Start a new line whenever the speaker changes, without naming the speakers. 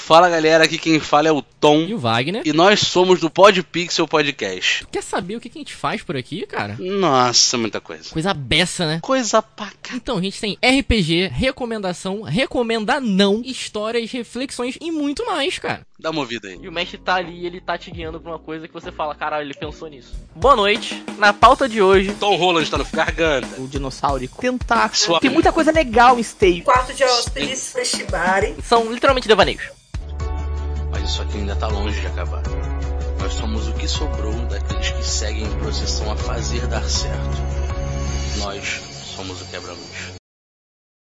Fala galera, aqui quem fala é o Tom.
E o Wagner.
E nós somos do Pod Pixel Podcast.
Quer saber o que, que a gente faz por aqui, cara?
Nossa, muita coisa.
Coisa beça, né?
Coisa paca.
Então, a gente tem RPG, recomendação, recomenda não, histórias, reflexões e muito mais, cara.
Dá uma ouvida aí.
E o mestre tá ali, ele tá te guiando pra uma coisa que você fala, caralho, ele pensou nisso. Boa noite. Na pauta de hoje,
Tom Holland tá no garganta.
o dinossauro tentar.
Suave.
Tem muita coisa legal em Stay.
Quarto de hóspedes, Festibari.
São literalmente devaneios.
Mas isso aqui ainda tá longe de acabar. Nós somos o que sobrou daqueles que seguem em procissão a fazer dar certo. Nós somos o quebra-luz.